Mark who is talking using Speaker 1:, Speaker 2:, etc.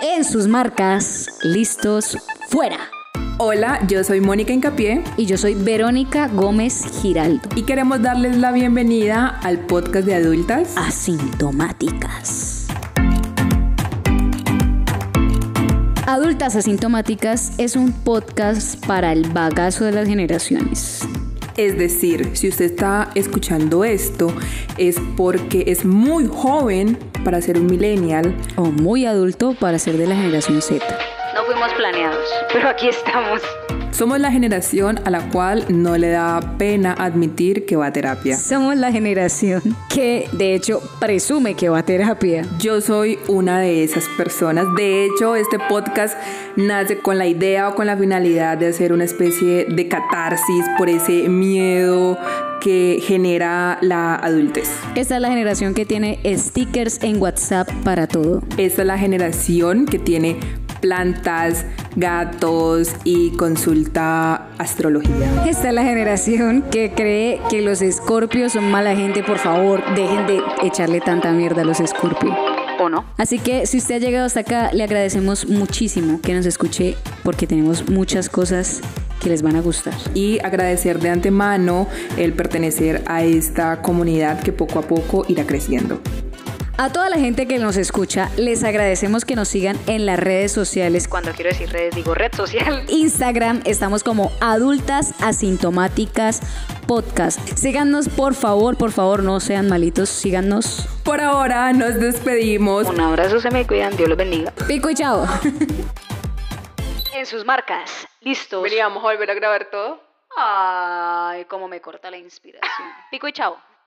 Speaker 1: En sus marcas, listos, fuera.
Speaker 2: Hola, yo soy Mónica Incapié
Speaker 1: Y yo soy Verónica Gómez Giraldo.
Speaker 2: y queremos darles la bienvenida al podcast de adultas.
Speaker 1: Asintomáticas. Adultas Asintomáticas es un podcast para el bagazo de las generaciones.
Speaker 2: Es decir, si usted está escuchando esto, es porque es muy joven para ser un millennial.
Speaker 1: O muy adulto para ser de la generación Z. No fuimos planeados, pero aquí estamos.
Speaker 2: Somos la generación a la cual no le da pena admitir que va a terapia.
Speaker 1: Somos la generación que de hecho presume que va a terapia.
Speaker 2: Yo soy una de esas personas. De hecho, este podcast nace con la idea o con la finalidad de hacer una especie de catarsis por ese miedo que genera la adultez.
Speaker 1: Esta es la generación que tiene stickers en WhatsApp para todo.
Speaker 2: Esta es la generación que tiene plantas, gatos y consulta astrología.
Speaker 1: Esta es la generación que cree que los escorpios son mala gente. Por favor, dejen de echarle tanta mierda a los escorpios. ¿O no? Así que si usted ha llegado hasta acá, le agradecemos muchísimo que nos escuche porque tenemos muchas cosas que les van a gustar.
Speaker 2: Y agradecer de antemano el pertenecer a esta comunidad que poco a poco irá creciendo.
Speaker 1: A toda la gente que nos escucha, les agradecemos que nos sigan en las redes sociales. Cuando quiero decir redes, digo red social. Instagram, estamos como adultas asintomáticas podcast. Síganos, por favor, por favor, no sean malitos, síganos.
Speaker 2: Por ahora nos despedimos.
Speaker 3: Un abrazo, se me cuidan, Dios los bendiga.
Speaker 1: Pico y chao.
Speaker 3: En sus marcas, listos.
Speaker 2: Veníamos a volver a grabar todo.
Speaker 3: Ay, cómo me corta la inspiración. Pico y chao.